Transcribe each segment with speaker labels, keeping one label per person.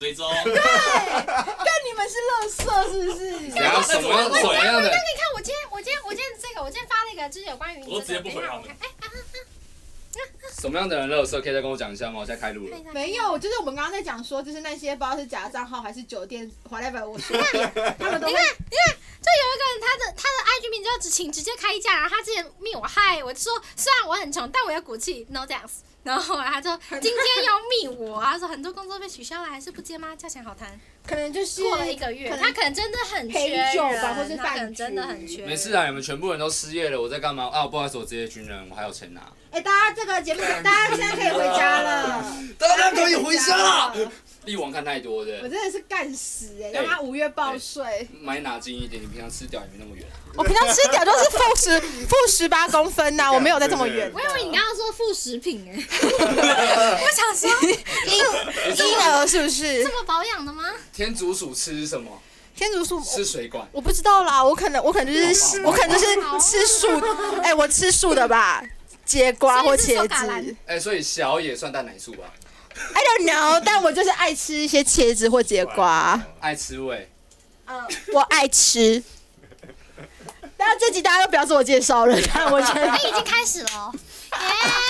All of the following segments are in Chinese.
Speaker 1: 追 踪，
Speaker 2: 你们是乐色是不 是？
Speaker 3: 然后什么什么样的？
Speaker 4: 你看我今天，我今天，我今天这个，我今天发了一个，就是有关于你
Speaker 1: 我都直接
Speaker 4: 这
Speaker 1: 不
Speaker 4: 个，
Speaker 1: 回
Speaker 4: 等一下
Speaker 1: 他
Speaker 4: 我
Speaker 1: 们
Speaker 4: 看，哎，
Speaker 3: 什么样的人乐色？可以再跟我讲一下吗？我现在开录了
Speaker 4: 看。一下，
Speaker 2: 没有，就是我们刚刚在讲说，就是那些不知道是假账号还是酒店 whatever，我说 他们都会
Speaker 4: 就有一个人，他的他的 IG 名字叫只请直接开价，然后他之前密我嗨，我就说虽然我很穷，但我有骨气，no thanks。然后后来他就今天要密我，他说很多工作被取消了，还是不接吗？价钱好谈。
Speaker 2: 可能就是
Speaker 4: 过了一个月，
Speaker 2: 可能
Speaker 4: 他可能真的很缺
Speaker 2: 陪酒
Speaker 4: 人，啊
Speaker 2: 吧或是
Speaker 4: 他可
Speaker 2: 饭
Speaker 4: 能真的很
Speaker 2: 局
Speaker 4: 缺人。
Speaker 3: 没事啊，你们全部人都失业了，我在干嘛啊？不好意思，我职业军人，我还有钱拿。
Speaker 2: 哎、大家这个节目，大家现在可以回家 了，
Speaker 3: 大家可以回家了。。力王看太多
Speaker 2: 我
Speaker 3: 的，
Speaker 2: 真的是干死哎、
Speaker 3: 哎
Speaker 2: 让他五月报税。
Speaker 3: 买哪近一点，你平常吃掉也没那么远啊。
Speaker 2: 我平常吃屌都是负十 负十八公分呐、我没有在这么远
Speaker 4: 我以为你刚刚说副食 品哎、我想说
Speaker 2: 婴儿是不是
Speaker 4: 这么保养的吗？
Speaker 3: 天竺鼠吃什么？
Speaker 2: 天竺鼠
Speaker 3: 吃水管。
Speaker 2: 我不知道啦，我可能我可能就是我可能就是吃素，
Speaker 3: 啊
Speaker 2: 哎、我吃素的吧，节瓜或
Speaker 4: 所以是
Speaker 2: 茄
Speaker 4: 苏打蓝
Speaker 2: 子
Speaker 3: 哎、所以小也算蛋奶素吧？
Speaker 2: ，I don't know，但 我就是爱吃一些茄子或节瓜，
Speaker 5: 哦
Speaker 3: 爱吃味。
Speaker 2: 我爱吃。但这集大家都不要自我介绍了， 但我觉得
Speaker 4: 哎、已经开始了哦，耶、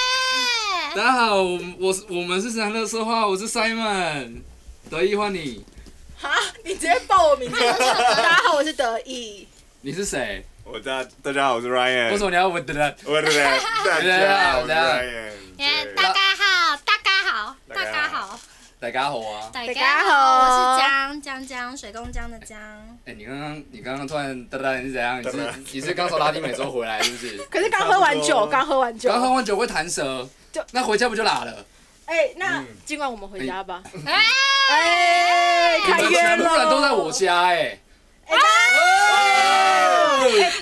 Speaker 3: 大家好，我我是我们是神乐色话，我是 Simon，得意换你，
Speaker 2: 啊，你直接报我名字。大家好，我是德意。
Speaker 3: 你是谁？
Speaker 5: 我大大家好，我是 Ryan。
Speaker 3: 为什么你要问的呢？
Speaker 5: 我是 Ryan，大家好，我是 Ryan
Speaker 4: 耶
Speaker 5: 对。
Speaker 4: 哎大家好，大家好，大
Speaker 5: 大
Speaker 4: 家
Speaker 5: 家
Speaker 4: 好
Speaker 5: 好，
Speaker 3: 大家好啊！
Speaker 4: 大
Speaker 2: 家好
Speaker 4: 我是江江江，水工江的江。
Speaker 3: 哎、你刚刚你刚刚突然哒哒，你是怎样？你
Speaker 5: 哒哒
Speaker 3: 是你是刚从拉丁美洲回来是不是？
Speaker 2: 可是刚喝完
Speaker 5: 差
Speaker 2: 酒，
Speaker 5: 不多
Speaker 2: 刚喝完酒。
Speaker 3: 刚喝完酒会弹舌
Speaker 2: 就，
Speaker 3: 那回家不就拉了？
Speaker 2: 哎、那
Speaker 5: 嗯
Speaker 2: 今晚我们回家吧。
Speaker 4: 哎、
Speaker 2: 哎、
Speaker 3: 你
Speaker 2: 开
Speaker 3: 们
Speaker 2: 约
Speaker 3: 全部
Speaker 2: 了。
Speaker 3: 人都在我。家哎、
Speaker 2: 哎、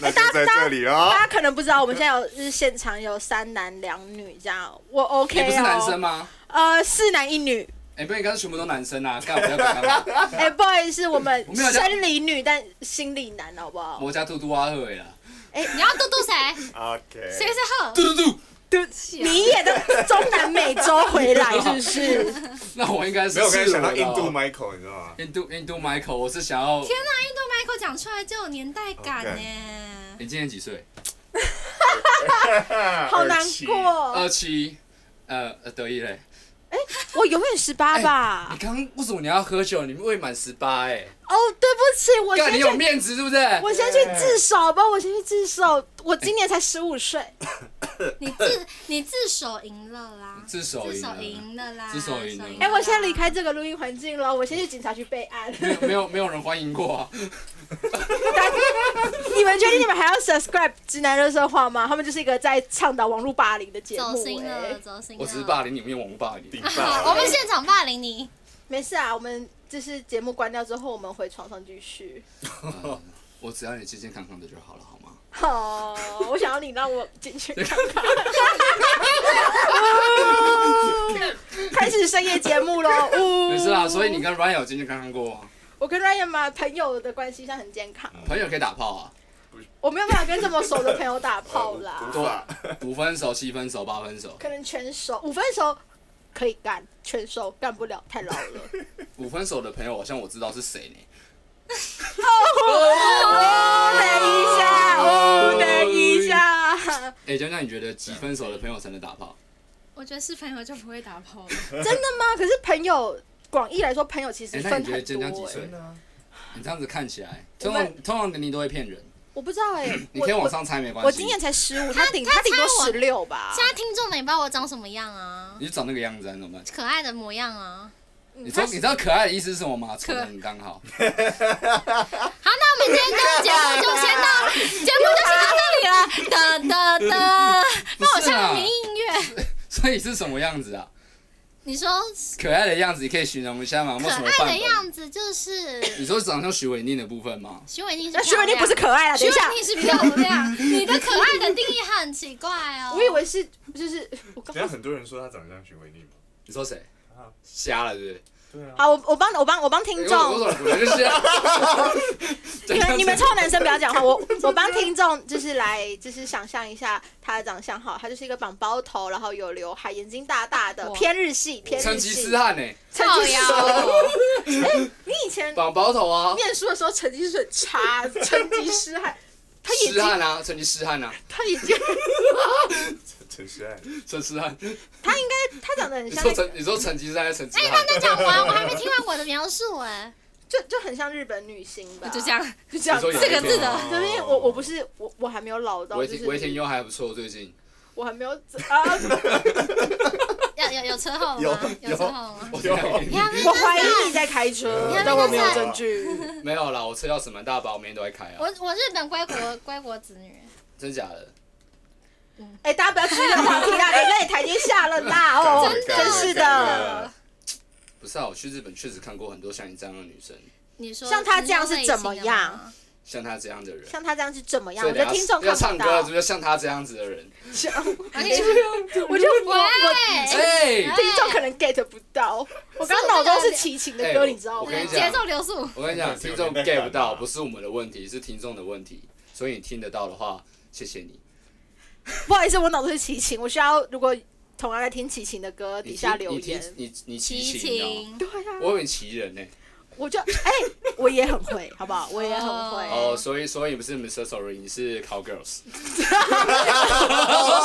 Speaker 2: 大家
Speaker 5: 那就在这里
Speaker 3: 哦
Speaker 5: 哦喽
Speaker 2: 大。家可能不知道，我们现在有就是现场有三男两女这样，我 OK、
Speaker 3: 你
Speaker 2: 哦、
Speaker 3: 不是男生？吗？
Speaker 2: 呃，四男一女。
Speaker 3: 哎、不应该是全部都男生啊！干我要干嘛？
Speaker 2: 哎、不好意思，我们
Speaker 3: 我没有讲
Speaker 2: 生理女但心理男，好不好？
Speaker 3: 我家兔兔阿赫啦，
Speaker 4: 你要嘟嘟
Speaker 2: 哎
Speaker 4: 谁？
Speaker 5: OK。
Speaker 4: 谁是鹤？
Speaker 3: 兔兔兔，
Speaker 2: 你也到中南美洲回 来是不是？
Speaker 3: 那我应该是
Speaker 5: 没有，我刚才
Speaker 3: 赤
Speaker 5: 想到
Speaker 3: 裸
Speaker 5: 印
Speaker 3: 的哦
Speaker 5: 度 Michael，你知道吗？
Speaker 3: 印度印度 Michael，我是想要。
Speaker 4: 天哪、印度 Michael 讲出来就有年代感呢、
Speaker 3: 你今年几岁？
Speaker 2: 好难
Speaker 3: 二
Speaker 2: 过。
Speaker 3: 七。呃，呃得意嘞。
Speaker 2: 我永远十八吧
Speaker 3: 你。刚为什么你要喝酒？你未满十八哎。
Speaker 2: 哦，对不起，我
Speaker 3: 干，
Speaker 2: 先
Speaker 3: 你有
Speaker 2: 去，
Speaker 3: 面子是不是？
Speaker 2: 我先去自首吧，我先去自首。我今年才十五岁，
Speaker 4: 你自你自首赢了啦，
Speaker 3: 自首
Speaker 4: 自
Speaker 3: 赢
Speaker 4: 首
Speaker 3: 了
Speaker 4: 赢了啦，
Speaker 3: 自首赢了
Speaker 2: 哎，我现在离开这个录音环境了，我先去警察局备案。
Speaker 3: 没有没有没有人欢迎过啊。
Speaker 2: 你们确定你们还要 subscribe 直男热色话吗？他们就是一个在倡导网络霸凌的节
Speaker 4: 走
Speaker 2: 目、
Speaker 4: 心了，
Speaker 2: 哎，
Speaker 4: 走心了。
Speaker 3: 我只是霸凌你，没有网霸凌。
Speaker 5: 顶
Speaker 2: 嗯
Speaker 4: 好，
Speaker 5: 爆
Speaker 4: 我们现场霸凌你。
Speaker 2: 没事啊，我们就是节目关掉之后，我们回床上继续。
Speaker 3: 我只要你健健康康的就好了，好吗？
Speaker 2: 哦，我想要你让我进去看看。 开始深夜节目喽！呜
Speaker 3: 没事啊，所以你跟 Ryan 有健健康康过啊吗？
Speaker 2: 我跟 Ryan 嘛，朋友的关系上很健康，
Speaker 3: 朋友可以打炮啊，
Speaker 2: 我没有办法跟这么熟的朋友打炮啦，
Speaker 3: 嗯
Speaker 5: 无法，
Speaker 3: 五分熟、七分熟、八分熟，
Speaker 2: 可能全熟，五分熟可以干，全熟干不了，太老了。
Speaker 3: 五分熟的朋友好像我知道是谁呢。
Speaker 2: 哦，等一下，哦，等一下，
Speaker 3: 哎，江江，你觉得几分熟的朋友才能打炮？
Speaker 4: 我觉得是朋友就不会打炮了。
Speaker 2: 真的吗？可是朋友，广义来说，朋友其实
Speaker 3: 哎
Speaker 2: 分
Speaker 3: 那
Speaker 2: 很
Speaker 3: 你觉得江江
Speaker 2: 多、
Speaker 3: 几岁
Speaker 2: 欸。
Speaker 5: 真的啊。
Speaker 3: 你这样子看起来，
Speaker 2: 我
Speaker 3: 通
Speaker 2: 们
Speaker 3: 常通常你都会骗人，
Speaker 2: 我不知道哎、
Speaker 3: 你
Speaker 2: 我
Speaker 3: 可以往
Speaker 2: 我
Speaker 3: 上猜没关系。
Speaker 2: 我今年才十五，他顶
Speaker 4: 他
Speaker 2: 他顶多
Speaker 4: 猜我
Speaker 2: 十六吧。
Speaker 4: 现在听众们也不知道我长什么样啊，
Speaker 3: 你就长那个样子，你怎么办？
Speaker 4: 可爱的模样啊。
Speaker 2: 嗯
Speaker 3: 你知道你知道可爱的意思是什么吗？丑的很刚好。
Speaker 4: 好，那我们今天的节目就先到，节目就先到这里了。哒哒哒，帮我
Speaker 3: 不是
Speaker 4: 下
Speaker 3: 啊
Speaker 4: 个民音乐。
Speaker 3: 所以是什么样子啊？
Speaker 4: 你说
Speaker 3: 可爱的样子，你可以形容一下吗？有没
Speaker 4: 可
Speaker 3: 有什么
Speaker 4: 爱
Speaker 3: 范
Speaker 4: 的
Speaker 3: 本？
Speaker 4: 样子就是
Speaker 3: 你说长得像徐伟宁的部分吗？
Speaker 4: 徐伟宁是漂
Speaker 2: 那
Speaker 4: 亮，
Speaker 2: 徐伟宁不是可爱啦，等
Speaker 4: 徐
Speaker 2: 一下
Speaker 4: 伟，宁是漂亮，你的可爱的定义很奇怪哦。
Speaker 2: 我以为是就是我刚
Speaker 5: 等下很多人说他长得像徐维宁嘛。
Speaker 3: 你说谁
Speaker 5: 啊？
Speaker 3: 瞎了对不对？
Speaker 5: 对啊。
Speaker 2: 好，我我帮我帮我帮听
Speaker 3: 哎我我
Speaker 2: 众
Speaker 3: 怎么不认识啊？
Speaker 2: 你们你们臭男生不要讲话，我我帮听众就是来就是想象一下他的长相哈，他就是一个绑包头，然后有刘海，眼睛大大的，
Speaker 4: 哇
Speaker 2: 偏日系，偏
Speaker 3: 成
Speaker 2: 日
Speaker 3: 吉
Speaker 2: 系
Speaker 3: 思。汗呢、欸
Speaker 2: 成
Speaker 4: 造
Speaker 2: 吉思
Speaker 4: 谣
Speaker 2: 汗，哎你以前
Speaker 3: 绑包头啊，
Speaker 2: 念书的时候成绩是很差，成吉思汗，他眼
Speaker 3: 痴
Speaker 2: 睛
Speaker 3: 汉啊，成吉思汗啊，
Speaker 2: 他眼 睛
Speaker 5: 陈诗爱，
Speaker 3: 陈思汗。
Speaker 2: 他应该他长得很
Speaker 3: 你
Speaker 2: 像
Speaker 3: 说
Speaker 2: 那个，
Speaker 3: 成你说成吉思汗还是陈思
Speaker 4: 哎，
Speaker 3: 汗
Speaker 4: 刚？刚讲完，我还没听完我的描述哎，
Speaker 2: 就就很像日本女星吧，
Speaker 4: 就这，样，
Speaker 2: 就这样。
Speaker 3: 你说
Speaker 4: 四个字
Speaker 5: 哦
Speaker 4: 的
Speaker 2: 可是因为我我不是我我还没有老到，
Speaker 3: 维
Speaker 2: 就
Speaker 3: 田维田
Speaker 2: 是
Speaker 3: 优还不错，最 近
Speaker 2: 我还没有啊，
Speaker 4: 要有有车后
Speaker 5: 有
Speaker 4: 吗？
Speaker 5: 有
Speaker 4: 车后吗？
Speaker 3: 我等一下给
Speaker 4: 你
Speaker 3: 你
Speaker 4: 看那
Speaker 2: 我
Speaker 4: 个
Speaker 2: 怀疑你在开车
Speaker 5: 你
Speaker 4: 还，没
Speaker 2: 但我没有
Speaker 4: 看
Speaker 5: 出来
Speaker 2: 证据。
Speaker 3: 没有啦，我车钥匙蛮大把，我每天都在开啊，
Speaker 4: 我我日本归国归国子女，
Speaker 3: 真假的？
Speaker 2: 哎、大家不要只是让话题 啦，给累台阶下了啦哦，
Speaker 5: 真的
Speaker 2: 真是的。
Speaker 3: 不是啊，我去日本确实看过很多像你这样的女生，
Speaker 4: 你说
Speaker 2: 像他这样是怎么样
Speaker 4: 你说类型的吗？
Speaker 3: 像她这样的人。
Speaker 2: 像他这样是怎么样？
Speaker 3: 所
Speaker 2: 我
Speaker 3: 以
Speaker 2: 觉
Speaker 3: 等
Speaker 2: 得
Speaker 3: 下
Speaker 2: 听众
Speaker 3: 要
Speaker 2: 看
Speaker 3: 唱
Speaker 2: 不
Speaker 3: 歌，
Speaker 2: 到
Speaker 3: 是。不是像她这样子的人？
Speaker 4: 我跟你说
Speaker 2: 我就哎我我
Speaker 4: 喂，
Speaker 3: 哎，
Speaker 2: 听众可能 get 不到，我刚脑中是齐秦的歌，
Speaker 3: 哎
Speaker 2: 你知道
Speaker 3: 我
Speaker 2: 吗？
Speaker 3: 跟你讲
Speaker 4: 节奏流速，
Speaker 3: 我跟你讲，
Speaker 5: 真的是
Speaker 3: 听
Speaker 5: 有
Speaker 3: 众
Speaker 5: 年代感
Speaker 3: get
Speaker 5: 啊
Speaker 3: 不到，不是我们的问题，是听众的问题。所以你听得到的话，谢谢你。
Speaker 2: 不好意思，我脑中是齐秦，我需要如果同样在听齐秦的歌，底
Speaker 3: 你听
Speaker 2: 下留
Speaker 3: 你听
Speaker 2: 言。
Speaker 3: 你你齐
Speaker 4: 激
Speaker 3: 情，你知哦道吗
Speaker 4: 情，
Speaker 2: 对啊，
Speaker 3: 我有点奇人呢。
Speaker 2: 我就哎、我也很会， 好不好？我也很会。
Speaker 4: 哦
Speaker 3: 哦，所以所以你不是 Mr. Sorry，你是 Cowgirls。
Speaker 5: 哦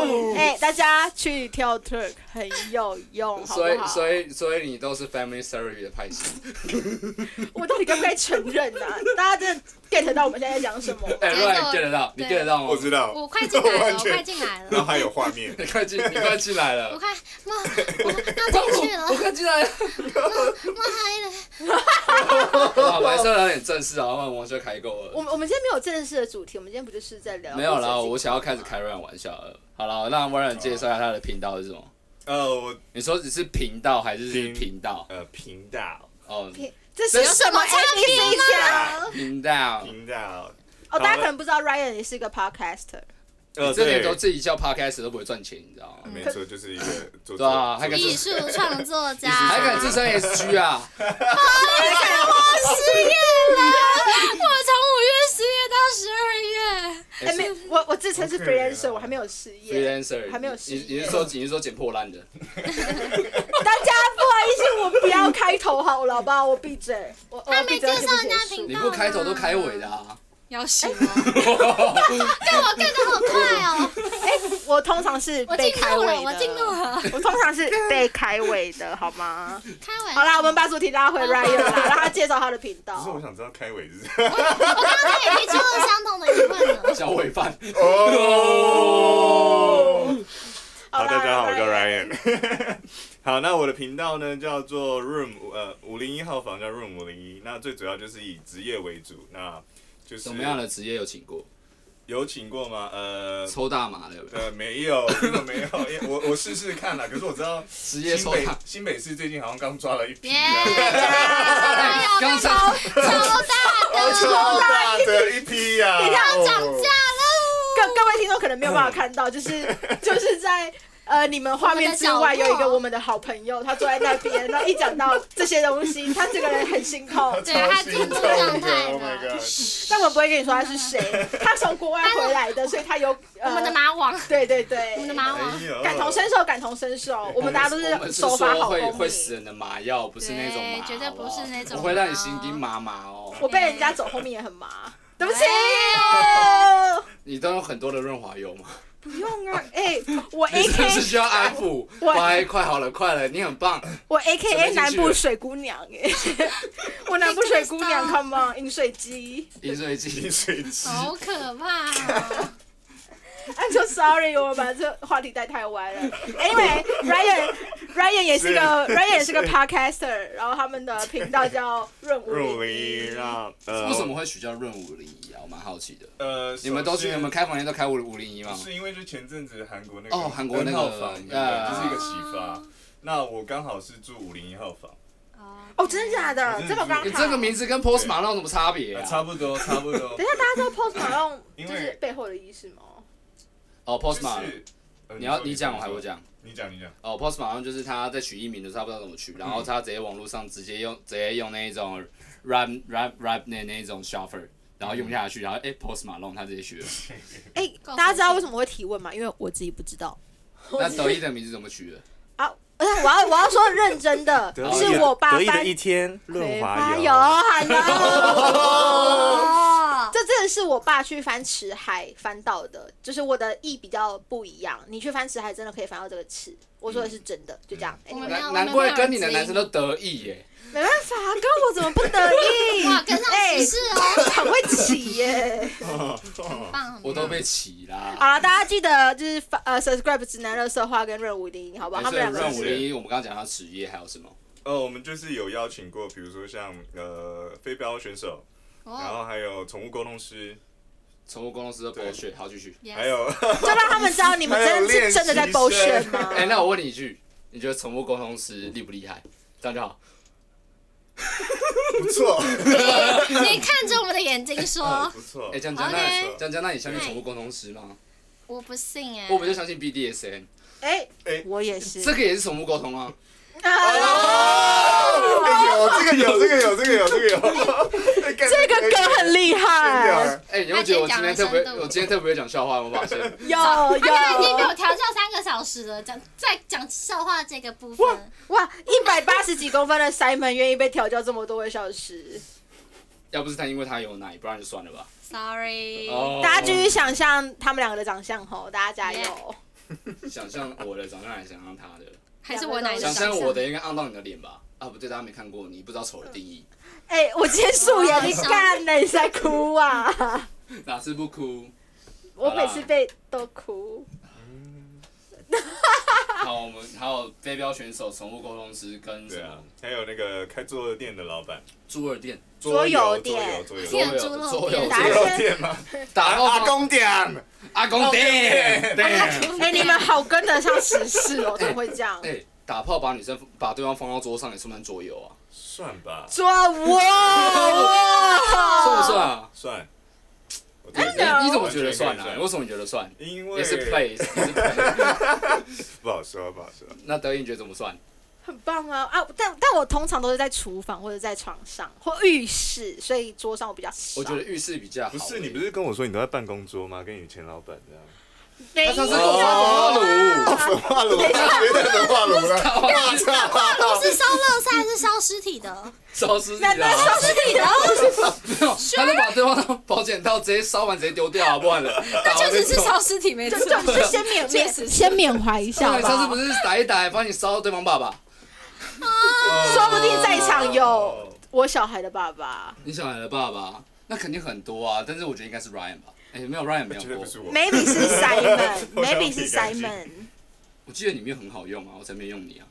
Speaker 3: 哦
Speaker 2: 哎、大家去跳 Turk 很有用，好
Speaker 3: 所
Speaker 2: 不
Speaker 3: 以
Speaker 2: 好？
Speaker 3: 所以所以你都是 Family Therapy 的 派系。
Speaker 2: 我到底该不该承认呢、 啊？大家真的 get 到我们现在在讲什么吗？
Speaker 3: 哎，
Speaker 4: 节
Speaker 3: 瑞
Speaker 4: 奏
Speaker 3: get 得到，你
Speaker 4: 对
Speaker 3: get 得到吗？
Speaker 5: 我知道，
Speaker 4: 我快进来了，
Speaker 5: 完
Speaker 4: 我
Speaker 5: 全
Speaker 4: 快进来
Speaker 5: 然
Speaker 4: 了，
Speaker 5: 后还有画面，
Speaker 3: 你快进，你快进来
Speaker 4: 我
Speaker 3: 了。
Speaker 4: 快我我要进去了，
Speaker 3: 我快进来了。
Speaker 4: 我还 得
Speaker 3: 好，白色聊点正式啊，我们就开够
Speaker 2: 我
Speaker 3: 了。
Speaker 2: 们我们今天没有正式的主题，我们今天不就是在聊？
Speaker 3: 没有啦，我想要开始。开软玩笑了。好了，让 w a r r n 介绍一下他的频道是什么。
Speaker 5: 呃，我
Speaker 3: 你说只是频道还是
Speaker 5: 频
Speaker 3: 频道？
Speaker 5: 呃频道
Speaker 3: 哦，
Speaker 2: 这是什么 A B C 讲？
Speaker 3: 频道，
Speaker 5: 频道，
Speaker 2: 哦，大家可能不知道，Ryan 也是一个 podcaster。
Speaker 5: 呃，
Speaker 3: 这
Speaker 5: 对
Speaker 3: 连，都自己叫 podcast 都不会赚钱，你知道
Speaker 2: 嗯
Speaker 3: 吗？
Speaker 5: 没错，就是一个做
Speaker 3: 对啊还敢
Speaker 4: 艺术创作家，
Speaker 5: 啊
Speaker 3: 还敢自
Speaker 4: 我
Speaker 3: 称 SG 啊？
Speaker 4: 失业了，我从五月失业到十二月，
Speaker 2: 哎、没，我我自称是 freelancer，我还没有失业。
Speaker 3: freelancer
Speaker 2: 还没有
Speaker 3: 你
Speaker 2: 失业
Speaker 3: 你是说你是说捡破烂的？
Speaker 2: 大家不好意思，我不要开头好了，好不好？我闭嘴。我我
Speaker 4: 还
Speaker 2: 闭
Speaker 4: 没
Speaker 2: 嘴，
Speaker 4: 介
Speaker 2: 我
Speaker 4: 绍
Speaker 2: 先
Speaker 4: 人家
Speaker 2: 不结
Speaker 4: 频
Speaker 2: 束。
Speaker 3: 你
Speaker 4: 道，
Speaker 3: 不开头都开尾的，啊！
Speaker 4: 要死了， 跟我跟的好快哦，
Speaker 2: 哎我通常是
Speaker 4: 我
Speaker 2: 被
Speaker 4: 进
Speaker 2: 开
Speaker 4: 入
Speaker 2: 尾
Speaker 4: 了，
Speaker 2: 的，
Speaker 4: 我进入了，
Speaker 2: 我通常是被开尾的，好 吗？
Speaker 4: 开尾，
Speaker 2: 好啦，我们把主题拉回 Ryan 啦，让他介绍他的频
Speaker 5: 可是我
Speaker 2: 道。
Speaker 5: 想知道开尾是
Speaker 4: 我刚刚也提出了相同的疑问了，
Speaker 3: 小尾饭，
Speaker 5: 哦。好，
Speaker 2: 啦
Speaker 5: 大家好，我叫 Ryan。好， 那我的频道呢叫做 Room 呃五零一号房叫 Room 五零一，那最主要就是以职业为主，那就是
Speaker 3: 什么样的职业有请过？
Speaker 5: 有请过吗？呃。
Speaker 3: 抽大麻的有没有？
Speaker 5: 呃，没有，真的没有，因为 我我试试看啦。可是我知道
Speaker 3: 职业
Speaker 5: 新
Speaker 3: 抽
Speaker 5: 北
Speaker 3: 大。
Speaker 5: 新北市最近好像刚抓了 一批
Speaker 4: 耶，
Speaker 5: 啊，
Speaker 4: 哎呦，
Speaker 3: 刚才
Speaker 4: 超大的，
Speaker 5: 超大的一批呀、啊！
Speaker 2: 你看
Speaker 5: 哦
Speaker 4: 涨价喽，
Speaker 2: 各各位听众可能没有办法看到， 就是就是在呃你们画面之
Speaker 4: 我
Speaker 2: 外
Speaker 4: 们的角
Speaker 2: 有一
Speaker 4: 落
Speaker 2: 个我们的好朋友，他坐在那边，然后一讲到这些东西，他这个人很心 痛。
Speaker 4: 对他
Speaker 5: 哦超
Speaker 4: 进
Speaker 5: 心
Speaker 4: 入
Speaker 5: 痛
Speaker 4: 状
Speaker 5: 的
Speaker 4: 态
Speaker 5: ，Oh my
Speaker 4: 了
Speaker 5: god！
Speaker 2: 但我不会跟你说他是谁，他从国外回来的，所以他有呃
Speaker 4: 我们的马网，
Speaker 2: 对对对，
Speaker 4: 我们的马网。
Speaker 5: 哎呦
Speaker 2: 感同身受，感同身受，我们大家都
Speaker 3: 哦我们是
Speaker 2: 手
Speaker 3: 说
Speaker 2: 法好
Speaker 3: 会
Speaker 2: 公
Speaker 3: 会死
Speaker 2: 民。
Speaker 3: 人的麻药，不是那种麻，
Speaker 4: 对绝对不是那种麻
Speaker 3: 我会让你心惊麻麻哦。
Speaker 2: 我被人家走后面也很麻，对不起。
Speaker 4: 哎
Speaker 3: 你都有很多的润滑油吗？
Speaker 2: 不用啊，哎，我
Speaker 3: 你
Speaker 2: A
Speaker 3: 是不
Speaker 2: K
Speaker 3: 是需要安抚？
Speaker 2: 我
Speaker 3: 乖，快好了，快了，你很棒。
Speaker 2: 我 A K
Speaker 3: 准备
Speaker 2: A
Speaker 3: 进去
Speaker 2: 南部水姑娘 耶，我南部水姑娘
Speaker 4: Hey,
Speaker 2: ，Come on，饮水机
Speaker 3: 饮水机
Speaker 5: 饮，水机，
Speaker 4: 好可怕、哦！
Speaker 2: ，I'm so sorry，我把这话题带太 歪了。Anyway，Ryan Ryan 也是个
Speaker 5: 是
Speaker 2: Ryan 也是个 podcaster，然后他们的频道叫润五
Speaker 5: 入
Speaker 2: 零
Speaker 5: 围
Speaker 2: 一，
Speaker 5: 让呃
Speaker 3: 为什么会取叫润五零一啊？我蛮好奇的。
Speaker 5: 呃
Speaker 3: 你们都去，
Speaker 5: 首
Speaker 3: 你
Speaker 5: 先
Speaker 3: 们开房间都开五五零一吗？
Speaker 5: 是因为就前阵子韩国那个
Speaker 3: 啊哦韩国那个
Speaker 5: 号房，对不对
Speaker 3: 呃
Speaker 5: 这是一个启发。那我刚好是住五零一号房，
Speaker 2: 哦，真的假的
Speaker 5: 我？真的
Speaker 2: 这么刚好？
Speaker 3: 你这个名字跟 Post Malone 有什么差别
Speaker 5: 呃
Speaker 3: 啊？
Speaker 5: 差不多差 不多
Speaker 2: 等。一下，大家知道 Post Malone
Speaker 5: 因
Speaker 2: 就
Speaker 5: 为
Speaker 2: 是背后的意思吗？
Speaker 3: 哦
Speaker 5: 就
Speaker 3: ，Post
Speaker 5: 是
Speaker 3: Malone，
Speaker 5: 呃
Speaker 3: 你要
Speaker 5: 说
Speaker 3: 你讲，我还
Speaker 5: 说
Speaker 3: 我讲。
Speaker 5: 你讲你讲，
Speaker 3: 哦，Post Malone 就是他在取艺名的时候他不知道怎么取，然后他直接网络上直接用直接用那一种 rap rap rap 的那一种 shuffle，然后用下去，然后哎、Post Malone 他直接学了。
Speaker 2: 哎、
Speaker 4: 够
Speaker 2: 大家知道
Speaker 4: 神
Speaker 2: 为什么会提问吗？因为我自己不知道
Speaker 3: 那德意的名字怎么取的？
Speaker 2: 啊。而且我要我要说认真的，是我爸
Speaker 1: 得意
Speaker 2: 翻
Speaker 1: 的一天，润滑
Speaker 2: 有
Speaker 1: 油。
Speaker 2: 喊的。
Speaker 4: 哦，
Speaker 2: 这真的是我爸去翻池海翻到的，就是我的意比较不一样。你去翻池海真的可以翻到这个池，我说的是真的，就这样。
Speaker 4: 我
Speaker 2: Anyway，
Speaker 4: 们没有
Speaker 3: 难难怪跟你的男生都得意耶、
Speaker 2: 没办法，跟我怎么不得意？
Speaker 4: 哇，跟上时事哦，
Speaker 2: 很会起耶！
Speaker 4: 很棒，
Speaker 3: 我都被起啦。
Speaker 2: 好了，大家记得就是发呃 subscribe 直男热色话跟润五零，好不好？他
Speaker 3: 所
Speaker 2: 们
Speaker 3: 以
Speaker 2: 两个
Speaker 3: 任武
Speaker 2: 是
Speaker 3: 林，我们刚刚讲他职业还有什么？
Speaker 5: 呃，我们就是有邀请过，比如说像呃飞镖选手，然
Speaker 4: 哦，
Speaker 5: 后还有宠物沟通师，
Speaker 3: 宠物公司的博学，好继续。
Speaker 5: 还有
Speaker 2: 就让他们知道你们真的是真的在 b u 吗？
Speaker 3: 哎、那我问你一句，你觉得宠物沟通师厉不厉害？这样就好。
Speaker 5: 不 错，
Speaker 4: 你看着我们的眼睛 说，
Speaker 5: 不错
Speaker 3: 哎、，江江那
Speaker 4: OK
Speaker 3: 江江那你相信宠物沟通师吗？
Speaker 4: 我不信哎，
Speaker 3: 我比较相信 BDSN，
Speaker 2: 哎
Speaker 5: 哎，
Speaker 2: 我也是
Speaker 3: 这。个也是宠物沟通 啊。
Speaker 5: 哦，有这个有这个有这个有这个有，哎 干
Speaker 2: 这个梗很厉
Speaker 5: 干掉
Speaker 2: 害
Speaker 5: 了，
Speaker 3: 哎、你有没有觉得我今天特别
Speaker 4: 他今天讲得深，度
Speaker 3: 我今天特别会讲笑话，有没有发现？
Speaker 2: 有
Speaker 4: 他刚才已经被
Speaker 2: 有
Speaker 4: 我调教三个小时了，讲在讲笑话这个部分，
Speaker 2: 哇！一百八十几公分的 Simon 愿意被调教这么多个小时，
Speaker 3: 要不是他因为他有奶，不然就算了
Speaker 4: 嗯
Speaker 3: 吧。
Speaker 4: Sorry，
Speaker 3: 哦
Speaker 2: 大家继续想象他们两个的长相吼，大家加油！
Speaker 3: 想象我的长相，还是想象他的。
Speaker 4: 还是我哪一个
Speaker 3: 想
Speaker 4: 长
Speaker 3: 象
Speaker 4: 相？
Speaker 3: 我的应该按到你的脸吧？啊，不对，大家没看过，你不知道丑的定义。
Speaker 2: 哎，我今天素颜，你干了，你在哭啊！
Speaker 4: 嗯
Speaker 3: 哪次不哭？
Speaker 2: 我每次被都哭。
Speaker 3: 好，我们还有飞镖选手、宠物沟通师跟
Speaker 5: 对
Speaker 3: 什
Speaker 5: 啊
Speaker 3: 么，
Speaker 5: 还有那个开桌游店的老板，
Speaker 3: 猪耳店、
Speaker 2: 桌游
Speaker 5: 游
Speaker 2: 店
Speaker 5: 桌游
Speaker 3: 桌
Speaker 5: 桌
Speaker 4: 天
Speaker 3: 游、
Speaker 4: 啊猪
Speaker 5: 游
Speaker 3: 桌游
Speaker 4: 肉店
Speaker 2: 打
Speaker 3: 店、
Speaker 5: 桌游店吗？
Speaker 3: 打
Speaker 5: 阿
Speaker 3: 后
Speaker 5: 公店，
Speaker 3: 阿公店，对。
Speaker 2: 哎，你们好跟得上时事哦，怎么会这样？
Speaker 3: 哎，打炮把女生把对方放到桌上也算不算桌游啊？
Speaker 5: 算吧，
Speaker 2: 说
Speaker 4: 哦
Speaker 2: 哇
Speaker 3: 算不
Speaker 2: 哇！
Speaker 3: 算啊？
Speaker 5: 算。我觉
Speaker 2: 真的
Speaker 5: 得
Speaker 3: 你你怎么觉得算
Speaker 5: 完全
Speaker 3: 啊？
Speaker 5: 可以
Speaker 3: 为什么你觉得算？
Speaker 5: 因为
Speaker 3: 也是 play，也是 play
Speaker 5: 不好说，不好说。
Speaker 3: 那德英你觉得怎么算？
Speaker 2: 很棒啊啊！但但我通常都是在厨房或者在床上或浴室，所以桌上我比较少。
Speaker 3: 我觉得浴室比较好。欸
Speaker 5: 不是你不是跟我说你都在办公桌吗？跟你前老板这样。哦
Speaker 2: 没
Speaker 3: 他
Speaker 2: 有
Speaker 3: 上次跟 我说
Speaker 2: 哦
Speaker 3: 火炉，
Speaker 5: 焚化炉，谁在焚化炉了？
Speaker 4: 不是烧垃圾，还是烧尸 体的。
Speaker 3: 烧尸体
Speaker 2: 那
Speaker 3: 啊
Speaker 2: 那！上次你的
Speaker 3: 没有，他就把对方的保险套直接烧完直接丢掉啊，不然了。那
Speaker 4: 确实是烧尸体，没错。
Speaker 2: 就就是先缅
Speaker 4: 确实
Speaker 2: 缅
Speaker 4: 是
Speaker 2: 先缅怀一下
Speaker 3: 上
Speaker 2: 吧。
Speaker 3: 上次不是打一打，帮你烧对方爸爸？
Speaker 2: 说不定在场有我小孩的爸爸
Speaker 3: 你小孩的爸爸，那肯定很多啊，但是我觉得应该是 Ryan 吧。哎、没有 Ryan 没
Speaker 5: 绝对
Speaker 3: 有
Speaker 5: 不
Speaker 3: 过，
Speaker 5: 是我。
Speaker 2: ，maybe 是
Speaker 5: 我想
Speaker 2: Simon，maybe
Speaker 5: 洗
Speaker 2: 是
Speaker 5: 干净
Speaker 2: Simon。
Speaker 3: 我记得你没有很好用啊，我才没用你啊。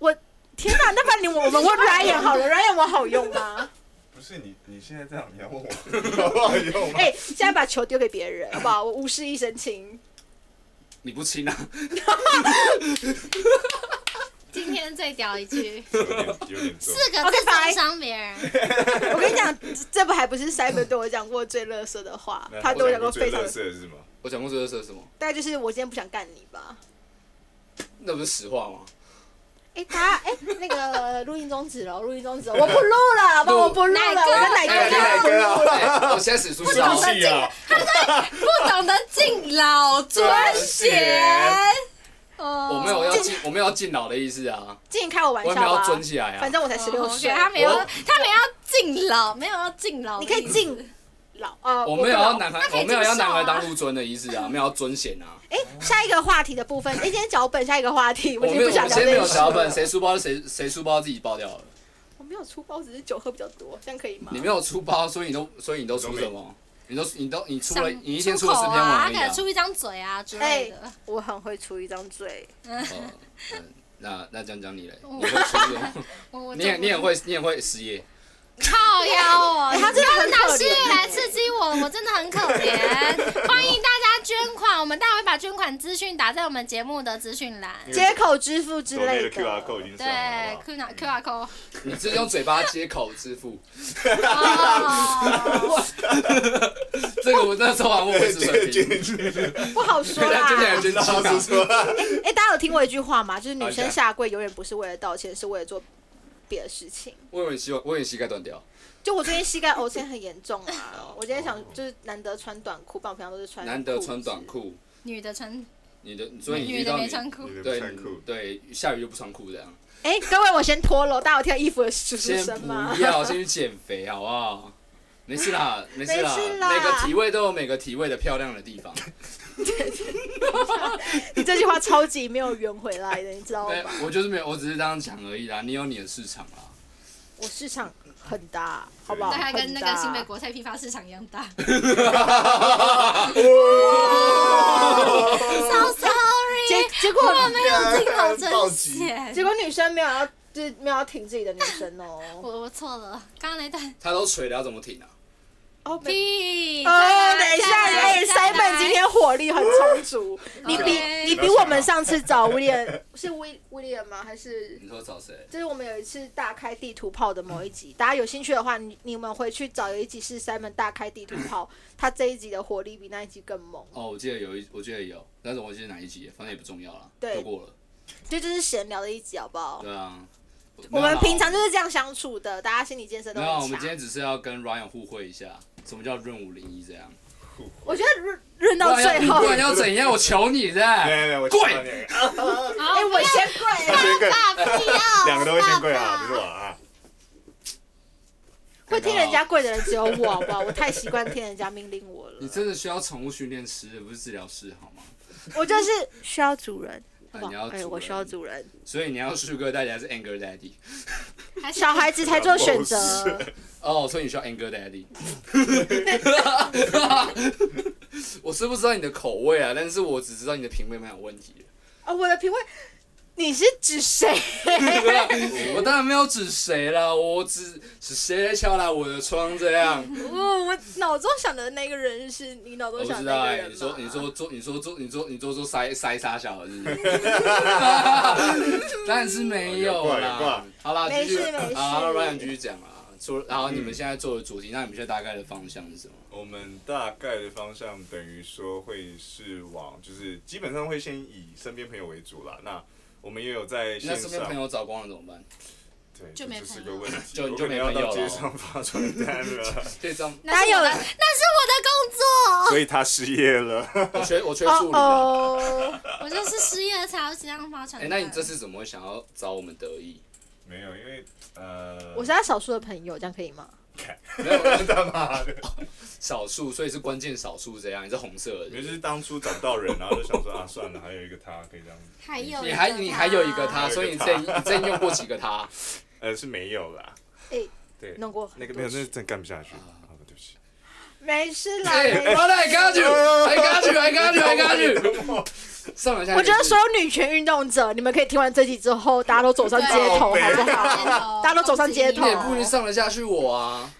Speaker 2: 我天哪，那半年我们问 Ryan 好了，Ryan 我好用啊 吗？
Speaker 5: 不是你，你现在这样，你要问我好不好用吗？
Speaker 2: 哎，现在把球丢给别人好不好？我无事一身轻。
Speaker 3: 你不亲啊？
Speaker 4: 今天最屌一句，
Speaker 5: 有点有点重。
Speaker 4: 四个
Speaker 2: OK，
Speaker 4: 字
Speaker 2: 拜
Speaker 4: 重伤别人，
Speaker 2: 我跟你讲，这不还不是 Simon 对我讲过最乐色的话，他对我讲过非常
Speaker 5: 乐，色是吗？
Speaker 3: 我讲过这个是什么？
Speaker 2: 大概就是我今天不想干你吧。
Speaker 3: 那不是实话吗？
Speaker 2: 哎、他哎、那个录音终止了，录音终止了，我不录了，好吧，
Speaker 3: 录
Speaker 2: 我不录了，我跟奶
Speaker 3: 哎
Speaker 2: 哥讲，
Speaker 5: 哥啊，
Speaker 3: 哎我现在使出
Speaker 5: 对
Speaker 3: 招
Speaker 5: 不，起啊，
Speaker 4: 不懂得敬老尊贤。哦
Speaker 3: 我没有要进，我没有要敬老的意思啊，
Speaker 2: 尽开我玩
Speaker 3: 我也
Speaker 2: 笑
Speaker 3: 没有要
Speaker 2: 吧，
Speaker 3: 尊起来啊
Speaker 2: 反。正我才十六岁，
Speaker 4: 哦
Speaker 2: 哦
Speaker 4: 他没有，
Speaker 3: 我
Speaker 4: 他没有要敬老，没有要敬老的
Speaker 2: 你
Speaker 4: 意思。
Speaker 2: 可以敬老
Speaker 4: 哦
Speaker 2: 呃，
Speaker 3: 我没有要
Speaker 2: 不老
Speaker 3: 男孩
Speaker 4: 那，可以
Speaker 3: 我没有要
Speaker 4: 接受啊
Speaker 3: 男孩当入尊的意思啊，没有要尊贤啊。
Speaker 2: 哎、下一个话题的部分，哎、今天脚本下一个话题，
Speaker 3: 我
Speaker 2: 已
Speaker 3: 没
Speaker 2: 经
Speaker 3: 有，
Speaker 2: 不
Speaker 3: 我
Speaker 2: 想聊
Speaker 3: 现在
Speaker 2: 这
Speaker 3: 没有
Speaker 2: 个
Speaker 3: 小本，谁书包谁谁书包自己爆掉了。
Speaker 2: 我没有出包，只是酒喝比较多，这样可以吗
Speaker 3: 你？没有出包，所以你都所以你都出什么？你都你都你出了
Speaker 4: 想
Speaker 3: 你一天出
Speaker 4: 出
Speaker 3: 了
Speaker 4: 口
Speaker 3: 四篇文
Speaker 4: 啊，
Speaker 3: 而
Speaker 4: 可
Speaker 3: 已
Speaker 4: 能
Speaker 3: 啊。
Speaker 4: 出一张嘴啊之类的。
Speaker 2: 我很会出一张嘴，
Speaker 3: 哦嗯那那讲讲你嘞，
Speaker 4: 我
Speaker 3: 你会出什么？
Speaker 4: 我我
Speaker 3: 你也
Speaker 4: 总
Speaker 3: 你也会你也会失业，
Speaker 4: 靠腰哦，
Speaker 2: 哎他真的很可怜
Speaker 4: 拿失业来刺激我，我真的很可怜。欢迎大家捐款，我们待会把捐款资讯打在我们节目的资讯栏。
Speaker 2: 接口支付之
Speaker 5: 国内
Speaker 2: 类
Speaker 5: 的 QR code 已经
Speaker 4: 对
Speaker 5: 上了。好不好
Speaker 4: ，Q 哪 Q R code。
Speaker 3: 你是用嘴巴接口支付，
Speaker 4: 哦
Speaker 3: 这个我那时候还问我是水
Speaker 5: 对
Speaker 3: 瓶，
Speaker 5: 对对对，
Speaker 2: 不好 说
Speaker 3: 他真的
Speaker 2: 啦
Speaker 3: 很。真
Speaker 5: 然后是
Speaker 3: 气
Speaker 5: 说，
Speaker 2: 哎、大家有听过一句话吗？就是女
Speaker 3: 好
Speaker 2: 生
Speaker 3: 你讲
Speaker 2: 下跪永远不是为了道歉，是为了做别的事情。
Speaker 3: 我有点膝，我有点膝盖断掉。
Speaker 2: 就我最近膝盖凹陷很严重啊，我今天想就是难得穿短裤，不然我平常都是穿
Speaker 3: 哦难得
Speaker 2: 裤子
Speaker 3: 穿短。裤，
Speaker 4: 女的穿，
Speaker 3: 你的所以你
Speaker 4: 女
Speaker 3: 遇
Speaker 4: 的
Speaker 3: 到
Speaker 4: 没
Speaker 3: 你
Speaker 4: 穿裤，
Speaker 5: 你的
Speaker 3: 对
Speaker 5: 穿裤，
Speaker 3: 对下雨就不穿裤这样。
Speaker 2: 哎、各位，我先脱了，大家有听到衣服的簌簌
Speaker 3: 先
Speaker 2: 声吗
Speaker 3: 不？要，先去减肥好不好？没事 啦，没事啦，
Speaker 2: 没事啦
Speaker 3: 每个体位都有每个体位的漂亮的地方。
Speaker 2: 你这句话超级没有圆回来的，你知道
Speaker 3: 对
Speaker 2: 吗？，
Speaker 3: 哎我就是没有，我只是这样讲而已啦。你有你的市场啦。
Speaker 2: 我市场很大，好不好？
Speaker 4: 大概跟那个新北
Speaker 2: 国。
Speaker 4: 国泰批发市场一样 大。so sorry，
Speaker 2: 哦结结果
Speaker 4: 我没有听到
Speaker 5: 暴
Speaker 4: 真
Speaker 5: 击
Speaker 2: 结
Speaker 4: 险，
Speaker 2: 果女生没有要，就是没有要挺自己的女生哦。
Speaker 4: 我我错了，刚刚那段
Speaker 3: 他都垂了，要怎么挺啊？
Speaker 2: 哦，没
Speaker 4: 屁。
Speaker 2: 哦，等一下，哎
Speaker 4: 哎，
Speaker 2: ，Simon 今天火力很充足，你比
Speaker 4: OK
Speaker 2: 你比我们上次找 William 是 Will William 吗？还是
Speaker 3: 你说找谁？
Speaker 2: 就是我们有一次大开地图炮的某一集，大家有兴趣的话，你你们回去找有一集是 Simon 大开地图炮，他这一集的火力比那一集更猛。
Speaker 3: 哦，我记得有一，我记得有，但是我记得哪一集，反正也不重要了，
Speaker 2: 对
Speaker 3: 都过了。
Speaker 2: 这就是闲聊的一集，好不好？
Speaker 3: 对啊，
Speaker 2: 我
Speaker 3: 没有
Speaker 2: 们
Speaker 3: 啦
Speaker 2: 平常就是这样相处的，大家心理建设
Speaker 3: 没
Speaker 2: 都
Speaker 3: 有，我
Speaker 2: 很
Speaker 3: 们
Speaker 2: 强。
Speaker 3: 今天只是要跟 Ryan 互惠一下，什么叫润五零一这样？
Speaker 2: 我觉得润润到最后
Speaker 3: 不，然要怎样？我求你这样。
Speaker 5: 来来 来，我
Speaker 3: 跪
Speaker 5: 去帮你啊
Speaker 4: 好，
Speaker 2: 哎，我先跪了。
Speaker 5: 先跪，
Speaker 4: 爸爸不要，
Speaker 5: 两个都会先跪
Speaker 4: 爸
Speaker 5: 啊，
Speaker 4: 爸
Speaker 5: 不是我啊。
Speaker 2: 会听人家跪的人只有我，好不好？我太习惯听人家命令我了
Speaker 3: 你。真的需要宠物训练师，不是治疗师好吗？
Speaker 2: 我就是需要主人， 好
Speaker 3: 啊
Speaker 2: 不
Speaker 3: 你
Speaker 2: 好？
Speaker 3: 要主
Speaker 2: 哎，
Speaker 3: 人
Speaker 2: 我需要主人，
Speaker 3: 所以你要 Sugar Daddy 还是 Anger Daddy？
Speaker 4: 还是
Speaker 2: 小孩子才做选 择。
Speaker 3: 哦，所以你需要 Anger Daddy。我是不知道你的口味啊，但是我只知道你的品味蛮有问题 的。
Speaker 2: 啊，我的品味，你是指谁？
Speaker 3: 我当然没有指谁啦，我只是谁来敲打我的窗这样？
Speaker 2: 我我脑中想的那个人是你脑
Speaker 3: 我
Speaker 2: 中
Speaker 3: 不
Speaker 2: 想
Speaker 3: 知
Speaker 2: 的
Speaker 3: 道
Speaker 2: 那个
Speaker 3: 哎、
Speaker 2: 人
Speaker 3: 你说你说做你说做你说你说做塞塞沙小的是 不是？但是没有
Speaker 5: 哦有挂有
Speaker 3: 啦
Speaker 5: 挂。
Speaker 3: 好啦，
Speaker 2: 没
Speaker 3: 继
Speaker 2: 事
Speaker 3: 续
Speaker 2: 没事
Speaker 3: 好那 Ryan 继续讲啊。除然后你们现在做的主题，那你们现在大概的方向是什么？
Speaker 5: 我们大概的方向等于说会是往，就是基本上会先以身边朋友为主啦。那我们也有在
Speaker 3: 那
Speaker 5: 线
Speaker 3: 身边
Speaker 5: 上
Speaker 3: 朋，友找光了怎么办？
Speaker 5: 对，
Speaker 4: 就
Speaker 5: 这
Speaker 4: 没
Speaker 5: 就是
Speaker 4: 朋
Speaker 5: 个
Speaker 4: 友
Speaker 5: 问题，
Speaker 3: 就
Speaker 5: 我
Speaker 3: 就
Speaker 5: 可
Speaker 3: 没
Speaker 5: 能要
Speaker 3: 朋友
Speaker 5: 到街
Speaker 3: 了
Speaker 5: 上发传单 了，
Speaker 3: 这张
Speaker 4: 那是我的，
Speaker 2: 大家
Speaker 4: 那是我的工
Speaker 5: 所以他失业 了。
Speaker 3: 我缺我缺
Speaker 2: 哦
Speaker 3: 助理啊。
Speaker 2: 哦，
Speaker 4: 作，我就是失业了才要这样发传
Speaker 3: 哎、
Speaker 4: 单。
Speaker 3: 那你这次怎么会想要找我们德 意？
Speaker 5: 没有，因为呃，
Speaker 2: 我是他少数的朋友，这样可以吗？
Speaker 3: 没有
Speaker 5: 他妈的，
Speaker 3: 少数，所以是关键少数这样，你是红色
Speaker 5: 也
Speaker 3: 的。
Speaker 5: 是当初找不到人，然后就想说啊，算了，还有一个他可以这样子。
Speaker 4: 还有
Speaker 3: 你还你还有一个他，
Speaker 5: 还有一个他
Speaker 3: 所以你这你这用过几个他？
Speaker 5: 呃，是没有啦，
Speaker 2: 哎，
Speaker 5: 对，
Speaker 2: 弄过
Speaker 5: 那个没有，那是真干不下去。
Speaker 3: 啊
Speaker 5: 好的，对不起。
Speaker 2: 没事 啦。
Speaker 3: 哎
Speaker 2: 没事
Speaker 3: ，I got
Speaker 5: 哎
Speaker 3: you，I got you，I got you，I got you。
Speaker 5: 我
Speaker 3: 上了下，
Speaker 2: 我觉得所有女权运动者，你们可以听完这集之后，大家都走上街头，好
Speaker 5: 对
Speaker 2: 不
Speaker 4: 街
Speaker 2: 好？
Speaker 4: 头
Speaker 2: 大家都走上街
Speaker 3: 你
Speaker 2: 头
Speaker 4: 攻击
Speaker 3: 也。不能上得下去我啊。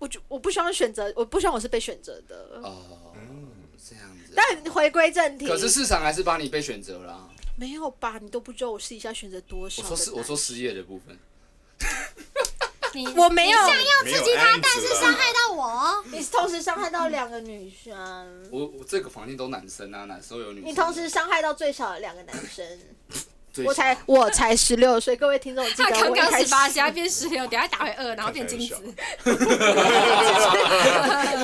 Speaker 2: 我就我不希望选择，我不希望我是被选择的。
Speaker 3: 哦，
Speaker 5: 嗯
Speaker 3: 这样子。
Speaker 2: 但回归正题，
Speaker 3: 可是市场还是把你被选择了啊。
Speaker 2: 没有吧？你都不知道我私底下选择多少
Speaker 3: 我
Speaker 2: 的
Speaker 3: 说
Speaker 2: 男
Speaker 3: 失，
Speaker 2: 生。
Speaker 3: 我说失业的部分。
Speaker 4: 你
Speaker 2: 我没有
Speaker 4: 你想要
Speaker 5: 没有
Speaker 4: 刺激他
Speaker 5: 案，子
Speaker 4: 但是
Speaker 5: 了
Speaker 4: 伤害到我哦。
Speaker 2: 你同时伤害到两个女
Speaker 4: 嗯
Speaker 2: 生，
Speaker 3: 我我这个房间都男生啊，哪时候有女生？
Speaker 2: 你同时伤害到最少的两个男生。
Speaker 3: 最
Speaker 2: 我才我才十六岁，各位听众记
Speaker 4: 他
Speaker 2: 得
Speaker 4: 刚
Speaker 2: 我一
Speaker 4: 刚
Speaker 2: 开
Speaker 4: 十
Speaker 2: 始
Speaker 4: 八，现在变十六，等下打回二，然后变精
Speaker 5: 看起
Speaker 4: 子。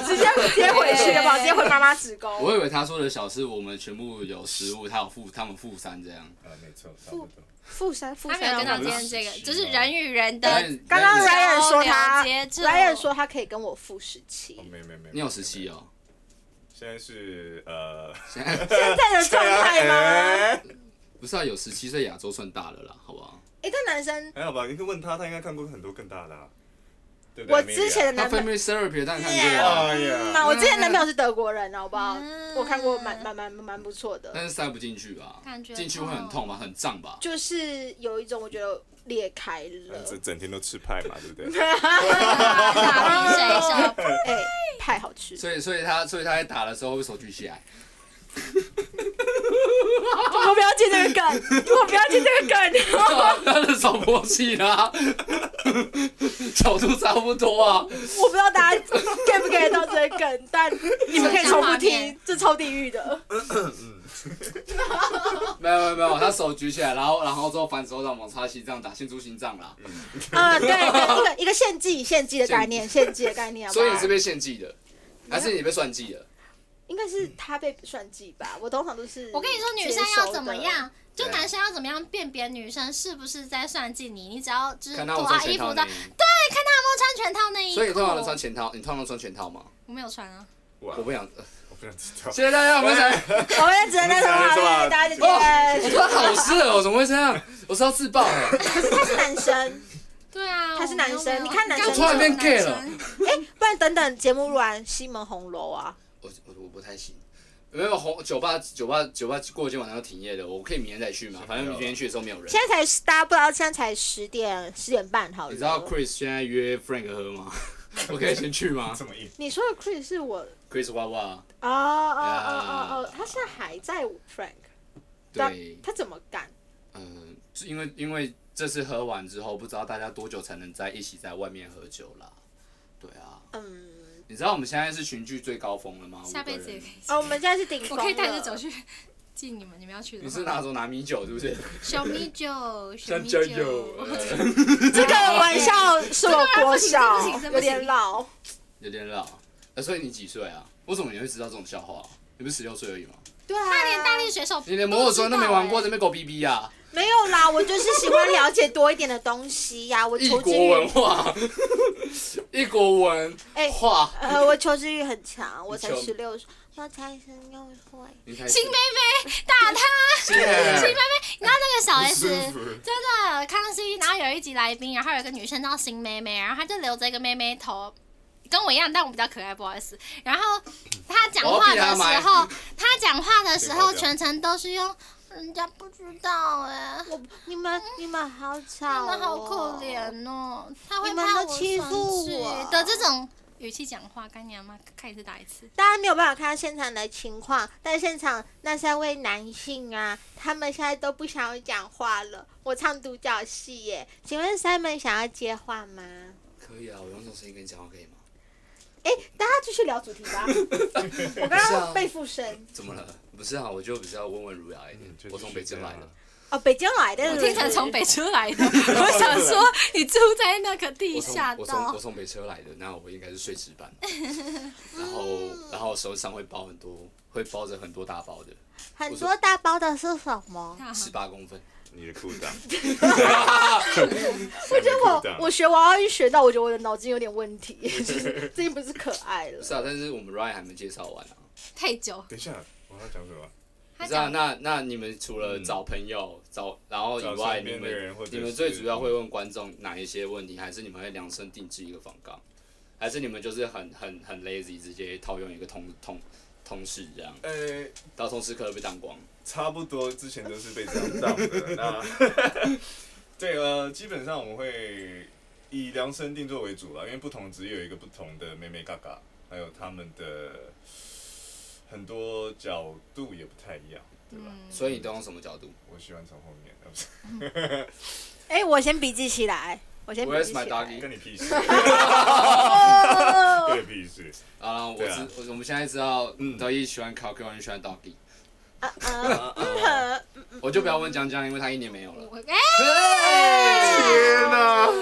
Speaker 2: 直接直接回去了吧，直接回妈妈子宫。
Speaker 3: 我以为他说的小是我们全部有食物，他有负他们负三这样。
Speaker 5: 啊，没错，差不多。
Speaker 2: 负三负
Speaker 4: 他没有跟
Speaker 2: 三
Speaker 4: 到
Speaker 2: 要
Speaker 4: 今
Speaker 2: 干嘛。
Speaker 4: 天这个，就是人与人
Speaker 3: 但
Speaker 4: 的
Speaker 3: 是
Speaker 2: 刚刚
Speaker 3: 但是
Speaker 2: Ryan 说
Speaker 4: 了
Speaker 2: 他
Speaker 4: 解这
Speaker 2: ，Ryan 说他可以跟我负十
Speaker 5: 哦，
Speaker 2: 七。
Speaker 5: 没有没有没有。
Speaker 3: 你有十七哦，
Speaker 5: 现在是呃，
Speaker 3: 现在
Speaker 2: 现在 的状态 吗？
Speaker 5: 哎？
Speaker 3: 不是啊，有十七岁亚洲算大了啦，好不好？
Speaker 2: 哎，但男生，
Speaker 5: 还好吧，你可以问他，他应该看过很多更大的啊，对不
Speaker 3: 啊
Speaker 5: 对？
Speaker 2: 我之前的
Speaker 3: 那
Speaker 2: 男朋友。
Speaker 3: family therapy 当然看过啊，
Speaker 5: 哎
Speaker 2: 嗯啊，
Speaker 5: 呀，
Speaker 2: 我之前男朋友是德国人，好不好？
Speaker 4: 嗯
Speaker 2: 我看过蛮蛮蛮蛮不错的，
Speaker 3: 但是塞不进去吧
Speaker 4: 感？觉
Speaker 3: 进去会很痛吧？很胀吧？
Speaker 2: 就是有一种我觉得裂开了，
Speaker 5: 整整天都吃派嘛，对不对？
Speaker 4: 打比谁小，
Speaker 2: 哎，派好吃。
Speaker 3: 所以，所以他，所以他在打的时候会手举起来。
Speaker 2: 我不要接这个梗，我不要接这个梗。
Speaker 3: 他的手勃起啦，角度差不多啊。
Speaker 2: 我不知道大家 get 不 get 到这个梗，但你们可以重复听，这超地狱的。
Speaker 3: 没有没有没有，他手举起来，然后然后之后反手掌往他心脏打，先出心脏啦。
Speaker 2: 啊，对对，一个一个献祭献祭的概念，献祭的概念，好不
Speaker 3: 所
Speaker 2: 好
Speaker 3: 以你是被献祭的，还是你被算计的？
Speaker 2: 应该是他被算计吧？我通常都是
Speaker 4: 我跟你说，女生要怎么
Speaker 2: 接受的？
Speaker 4: 样？就
Speaker 3: 对
Speaker 4: 男生要怎么样辨别女生是不是在算计你？你只要就是
Speaker 3: 看他
Speaker 4: 脱
Speaker 3: 们穿
Speaker 4: 下
Speaker 3: 全
Speaker 4: 衣服
Speaker 3: 套
Speaker 4: 的，
Speaker 3: 内
Speaker 4: 对，
Speaker 3: 衣，
Speaker 4: 看他有没有穿全套内衣裤。
Speaker 3: 所以你通常都穿全套，你通常都穿全套吗？
Speaker 4: 我没有穿啊，
Speaker 5: 哇
Speaker 3: 我不 想，
Speaker 5: 我不想知道。
Speaker 3: 谢谢大家，我们想，
Speaker 2: 我们就只能在这话面，大家再
Speaker 3: 哦， 我
Speaker 2: 见。
Speaker 3: 突然好色哦，怎么会这样？我是要自爆哎，
Speaker 2: 可是他是男生，
Speaker 4: 对啊，
Speaker 2: 他是
Speaker 4: 我没有
Speaker 2: 男生
Speaker 4: 没有
Speaker 2: 你看男
Speaker 4: 干嘛
Speaker 2: 生我突然
Speaker 3: 变 gay 了
Speaker 4: 男生
Speaker 2: 不然等等节目录完，西门红楼啊，
Speaker 3: 我我我不太行。没有红酒吧，酒吧酒吧过今晚上要停业的，我可以明天再去嘛。反正明天去的时候没有人。
Speaker 2: 现在才大家不知道，现在才十点十点半好了。
Speaker 3: 你知道 Chris 现在约 Frank 喝吗？ 我可以先去吗
Speaker 5: 这么硬？
Speaker 2: 你说的 Chris 是我
Speaker 3: ？Chris 娃娃，
Speaker 2: 哦哦哦哦哦，他现在还在 Frank，他
Speaker 3: 对，
Speaker 2: 他怎么敢？
Speaker 3: 嗯，是因为因为这次喝完之后，不知道大家多久才能在一起在外面喝酒啦。对啊，
Speaker 2: 嗯，
Speaker 3: 你知道我们现在是群聚最高峰了吗？
Speaker 4: 下辈
Speaker 3: 五
Speaker 4: 子
Speaker 3: 个
Speaker 4: 也
Speaker 3: 人
Speaker 4: 可。以，
Speaker 2: 哦，我们现在是顶
Speaker 4: 我
Speaker 2: 峰了，
Speaker 4: 可以带着走去敬你们，你们要去的
Speaker 3: 你
Speaker 4: 话。
Speaker 3: 是拿走拿米酒是不是？
Speaker 4: 小米酒，小
Speaker 3: 香
Speaker 4: 米
Speaker 3: 蕉
Speaker 4: 酒，
Speaker 3: 酒，呃
Speaker 2: 这个玩笑是我国小
Speaker 4: 这个不行这个
Speaker 2: 有
Speaker 4: 不行
Speaker 2: 点老，
Speaker 3: 有点老。 呃，所以你几岁啊？为什么你会知道这种笑话？啊你不是十六岁而已吗？
Speaker 2: 对啊，
Speaker 4: 他连大力水手不知道欸，
Speaker 3: 你连摩托车都没玩过，这边狗逼逼啊呀！
Speaker 2: 没有啦，我就是喜欢了解多一点的东西呀、我
Speaker 3: 异
Speaker 2: 求知
Speaker 3: 国文
Speaker 2: 欲，
Speaker 3: 化，异国文
Speaker 2: 哎
Speaker 3: 化，
Speaker 2: 呃，我求知欲很强，我才
Speaker 3: 你求
Speaker 2: 十六岁，我才十六岁。
Speaker 3: 你看
Speaker 4: 新妹妹打 他，
Speaker 3: 新妹妹，
Speaker 4: 你知道欸那个小 S
Speaker 5: 不舒服
Speaker 4: 真的康熙，然后有一集来宾，然后有一个女生叫新妹妹，然后她就留着一个妹妹头，跟我一样，但我比较可爱，不好意思。然后她讲话的时候，她讲话的时候全程都是用人家不知道哎、
Speaker 2: 我你们你们好
Speaker 4: 你
Speaker 2: 吵、哦，
Speaker 4: 们好可。怜哦，她会
Speaker 2: 你们
Speaker 4: 怕
Speaker 2: 都
Speaker 4: 我
Speaker 2: 欺
Speaker 4: 生
Speaker 2: 负
Speaker 4: 气
Speaker 2: 我
Speaker 4: 的这种语气讲话，干你妈，看一次打一次。
Speaker 2: 大家没有办法看到现场的情况，但现场那三位男性啊，他们现在都不想要讲话了。我唱独角戏耶，请问 Simon 想要接话吗？
Speaker 3: 可以啊，我用这种声音跟你讲话可以吗？
Speaker 2: 哎、大家继续聊主题 吧。我刚
Speaker 3: 是啊
Speaker 2: 刚被附身
Speaker 3: 怎么了？不是啊，我就比较温文儒雅一
Speaker 5: 嗯
Speaker 3: 点，我从北京来的。。
Speaker 2: 哦，北京来的，
Speaker 4: 我听成从北车来的，我想说你住在那个地
Speaker 3: 我从
Speaker 4: 下
Speaker 3: 我从
Speaker 4: 道
Speaker 3: 我。从北车来的，那我应该是睡值 班，然后
Speaker 4: 嗯
Speaker 3: 然后手上会包很多，会包着很多大包的，
Speaker 2: 很多大包的是什么？
Speaker 3: 十八公分。
Speaker 5: 你的裤 裆，
Speaker 2: 我觉
Speaker 5: 裤
Speaker 2: 得
Speaker 5: 裆
Speaker 2: 我我学娃娃音学到，我觉得我的脑筋有点问题， 就是最近不是可爱了
Speaker 3: 不。是啊，但是我们 Ryan 还没介绍完啊。
Speaker 4: 太久，
Speaker 5: 等一下，我要讲什么？
Speaker 3: 不
Speaker 4: 他
Speaker 3: 是啊，
Speaker 4: 讲
Speaker 3: 那那你们除了找朋友、找然后哦以
Speaker 5: 嗯找
Speaker 3: 外，
Speaker 5: 身
Speaker 3: 你
Speaker 5: 边的人
Speaker 3: 们
Speaker 5: 或者
Speaker 3: 你们
Speaker 5: 是
Speaker 3: 最主要会问观众哪一些问题，还是你们会量身定制一个访纲，还是你们就是很很很 lazy，直接套用一个通通通识这样，
Speaker 5: 呃，
Speaker 3: 到通识课被当光。
Speaker 5: 差不多之前都是被这样当的。 那对呃，基本上我们会以量身定做为主啦，因为不同职业有一个不同的妹妹嘎嘎，还有他们的很多角度也不太一样，对吧？
Speaker 4: 嗯
Speaker 3: 所以你都用什么角度
Speaker 5: 我喜欢从后面，呃不是
Speaker 2: 哎、我先笔记起来，我先笔记
Speaker 3: Where's
Speaker 2: 起来。
Speaker 3: my doggy？
Speaker 5: 跟啊你 屁事，
Speaker 2: 哦
Speaker 5: 跟你屁事。
Speaker 3: 啊，我
Speaker 5: 对
Speaker 3: 知、
Speaker 5: 啊
Speaker 3: 我我们现在知道
Speaker 5: 嗯
Speaker 3: 德意喜欢 c a l c u l 喜欢 doggy，、
Speaker 2: 啊啊 嗯
Speaker 3: 我就不要问江江，因为他一年没有了。
Speaker 4: 我哎、
Speaker 5: 天哪！
Speaker 4: 我以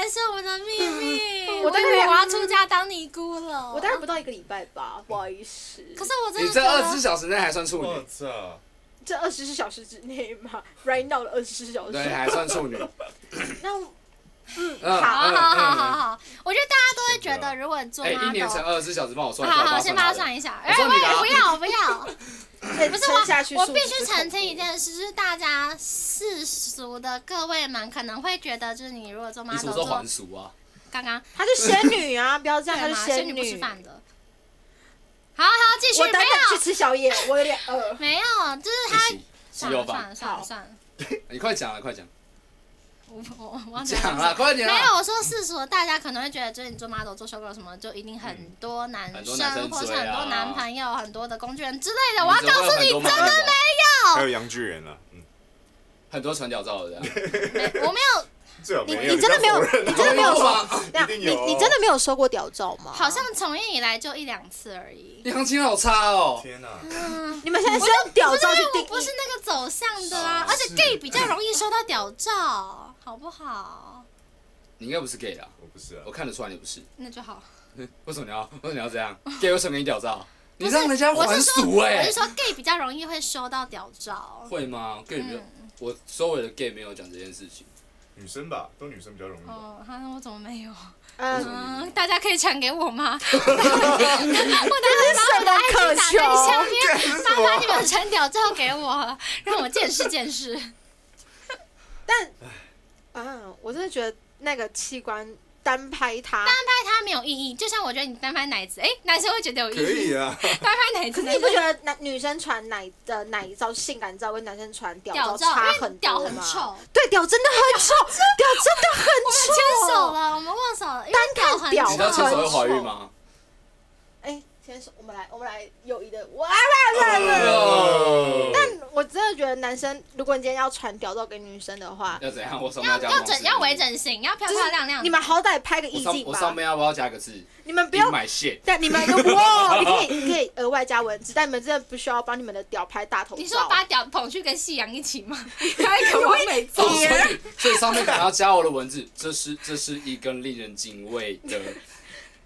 Speaker 4: 为是我的秘密，
Speaker 2: 我
Speaker 4: 我以
Speaker 2: 大概
Speaker 4: 为我要出家当尼姑了。
Speaker 2: 我大概不到一个礼拜吧，不好意思。
Speaker 4: 可是我真
Speaker 3: 你
Speaker 4: 的
Speaker 3: 这
Speaker 4: 觉
Speaker 3: 二十四
Speaker 4: 得，
Speaker 3: 小时内还算处
Speaker 5: 我
Speaker 3: 女，
Speaker 5: 操！
Speaker 2: 这二十四小时之内嘛，right now 的二十四小
Speaker 3: 对，
Speaker 2: 时。
Speaker 3: 还算处 女。哎
Speaker 2: 那
Speaker 3: 嗯
Speaker 4: 好好
Speaker 3: 嗯
Speaker 4: 好
Speaker 3: 嗯
Speaker 4: 好
Speaker 3: 嗯
Speaker 4: 好，我觉得大家都会觉得，如果你做
Speaker 3: 哎、一年
Speaker 4: model，
Speaker 3: 乘二十四小时，帮我算一下。
Speaker 4: 好好
Speaker 3: 我
Speaker 4: 先
Speaker 3: 帮
Speaker 4: 帮
Speaker 3: 他
Speaker 4: 他
Speaker 3: 算
Speaker 4: 算
Speaker 3: 好了。
Speaker 4: 一下。
Speaker 3: 我
Speaker 4: 哎，
Speaker 3: 说你的啊
Speaker 4: 我也不要，我不要。
Speaker 2: 不
Speaker 4: 是
Speaker 2: 下去
Speaker 4: 我
Speaker 2: 速
Speaker 4: 必
Speaker 2: 度
Speaker 4: 须
Speaker 2: 是痛
Speaker 4: 澄清一
Speaker 2: 苦，
Speaker 4: 件事，就是大家世俗的各位们可能会觉得，就是你如果做
Speaker 3: 你
Speaker 4: model
Speaker 3: 什么时候
Speaker 4: 做
Speaker 3: 还，俗 啊？
Speaker 4: 刚刚
Speaker 2: 她是仙女啊， 不要这样，她
Speaker 4: 对
Speaker 2: 是
Speaker 4: 吗？仙女不
Speaker 2: 女
Speaker 4: 吃。饭的。好好继续，
Speaker 2: 我
Speaker 4: 没
Speaker 2: 等等去
Speaker 4: 有
Speaker 2: 吃宵夜，我有点饿。
Speaker 4: 没有，就是
Speaker 3: 一
Speaker 4: 他
Speaker 3: 起肌
Speaker 4: 算
Speaker 3: 肉
Speaker 4: 了
Speaker 3: 吧
Speaker 4: 算。了算
Speaker 2: 好
Speaker 4: 了算了，
Speaker 3: 你快讲了，快讲，
Speaker 4: 我我我忘记了
Speaker 3: 讲啦，快点
Speaker 4: 哦没
Speaker 3: 啦！
Speaker 4: 有，我说世俗，大家可能会觉得，就是你做 model、做 showgirl 什么，就一定很多男
Speaker 3: 很多
Speaker 4: 生，
Speaker 3: 男生
Speaker 4: 或是
Speaker 3: 追啊
Speaker 4: 很多男朋友、很多的工具人之类的。我要
Speaker 3: 你只
Speaker 4: 告
Speaker 3: 会有
Speaker 4: 诉
Speaker 3: 很
Speaker 4: 你，
Speaker 3: 多麻烦吧
Speaker 5: 还有杨巨人了，嗯，
Speaker 3: 很多传屌照的这样，
Speaker 4: 没我没有，
Speaker 5: 最好
Speaker 2: 你
Speaker 5: 没有，
Speaker 2: 你真的没有，
Speaker 5: 不要否
Speaker 2: 你
Speaker 5: 认
Speaker 2: 真的没有说，那
Speaker 5: 一定
Speaker 2: 你
Speaker 5: 有
Speaker 2: 你真的没有收过屌照吗？
Speaker 4: 好像从业以来就一两次而已。
Speaker 3: 你行情好差哦。
Speaker 5: 天哪，
Speaker 4: 嗯，
Speaker 2: 你们现在是用屌
Speaker 4: 不是
Speaker 2: 照去
Speaker 4: 因为
Speaker 2: 定
Speaker 4: 我不是
Speaker 2: 义，
Speaker 4: 那个走向的啊，
Speaker 5: 是
Speaker 4: 而且 gay 比较容易收到屌照，好不好？
Speaker 3: 你应该不是 gay 啦，
Speaker 5: 我不是啊
Speaker 3: 我，看得出来你不是。
Speaker 4: 那就好。
Speaker 3: 为什么你要为什么你要这样？gay 为什么给你屌照？你
Speaker 4: 不是
Speaker 3: 让人家
Speaker 4: 我
Speaker 3: 还
Speaker 4: 是说
Speaker 3: 俗哎、
Speaker 4: 我是说 gay 比较容易会收到屌照。
Speaker 3: 会吗？gay 没有，
Speaker 4: 嗯，
Speaker 3: 我周围的 gay 没有讲这件事情。
Speaker 5: 女生吧，都女生比较容易 吧。
Speaker 4: 哦，那我怎么没有？
Speaker 3: 我
Speaker 2: 嗯，
Speaker 3: 怎么
Speaker 4: 嗯，大家可以传给 我吗？ 我拿
Speaker 2: 这是什么渴
Speaker 4: 打开下
Speaker 2: 求？
Speaker 4: 面，
Speaker 5: 是
Speaker 4: 麻烦你们传屌照给 我，让我见识见识。
Speaker 2: 嗯，我真的觉得那个器官单拍它，
Speaker 4: 但它没有意义，就像我觉得你单拍奶子，哎、男生会觉得有意
Speaker 5: 可
Speaker 4: 义。
Speaker 5: 以啊，
Speaker 4: 单拍奶子，
Speaker 2: 可是你不觉得男女生呃传奶的奶照、性感照跟男生传屌
Speaker 4: 屌照，
Speaker 2: 差
Speaker 4: 因为
Speaker 2: 很
Speaker 4: 屌
Speaker 2: 多
Speaker 4: 很
Speaker 2: 吗？
Speaker 4: 臭。
Speaker 2: 对，屌真的很臭，屌真的
Speaker 4: 我们
Speaker 2: 很臭。
Speaker 4: 牵手了，我们握手了，因为屌很
Speaker 2: 屌
Speaker 3: 你知道牵手会
Speaker 2: 很
Speaker 3: 怀孕吗？
Speaker 2: 哎，先说，我们来，我们来友谊的，哇哇哇
Speaker 3: 啊
Speaker 2: 哇！
Speaker 5: 哦
Speaker 2: 但我真的觉得男生，如果你今天要传屌照给女生的话，
Speaker 3: 要怎样？我上面
Speaker 4: 要
Speaker 3: 加
Speaker 4: 要
Speaker 3: 双字
Speaker 4: 整要微。整形，要漂漂亮亮。
Speaker 2: 你们好歹拍个
Speaker 3: 我
Speaker 2: 意
Speaker 3: 上
Speaker 2: 境
Speaker 3: 我上
Speaker 2: 吧。
Speaker 3: 面要不要加个字？
Speaker 2: 你们不
Speaker 3: 你
Speaker 2: 要，
Speaker 3: 买线。
Speaker 2: 但你们 哇，你可以你可以额外加文字，但你们真的不需要帮你们的屌拍大头照。
Speaker 4: 你说把屌捧去跟夕阳 一起吗？拍
Speaker 2: 哎
Speaker 4: 一个完美
Speaker 3: 哦
Speaker 4: 照。
Speaker 3: 所以所以上面可能要加我的文字，这是这是一根令人敬畏的，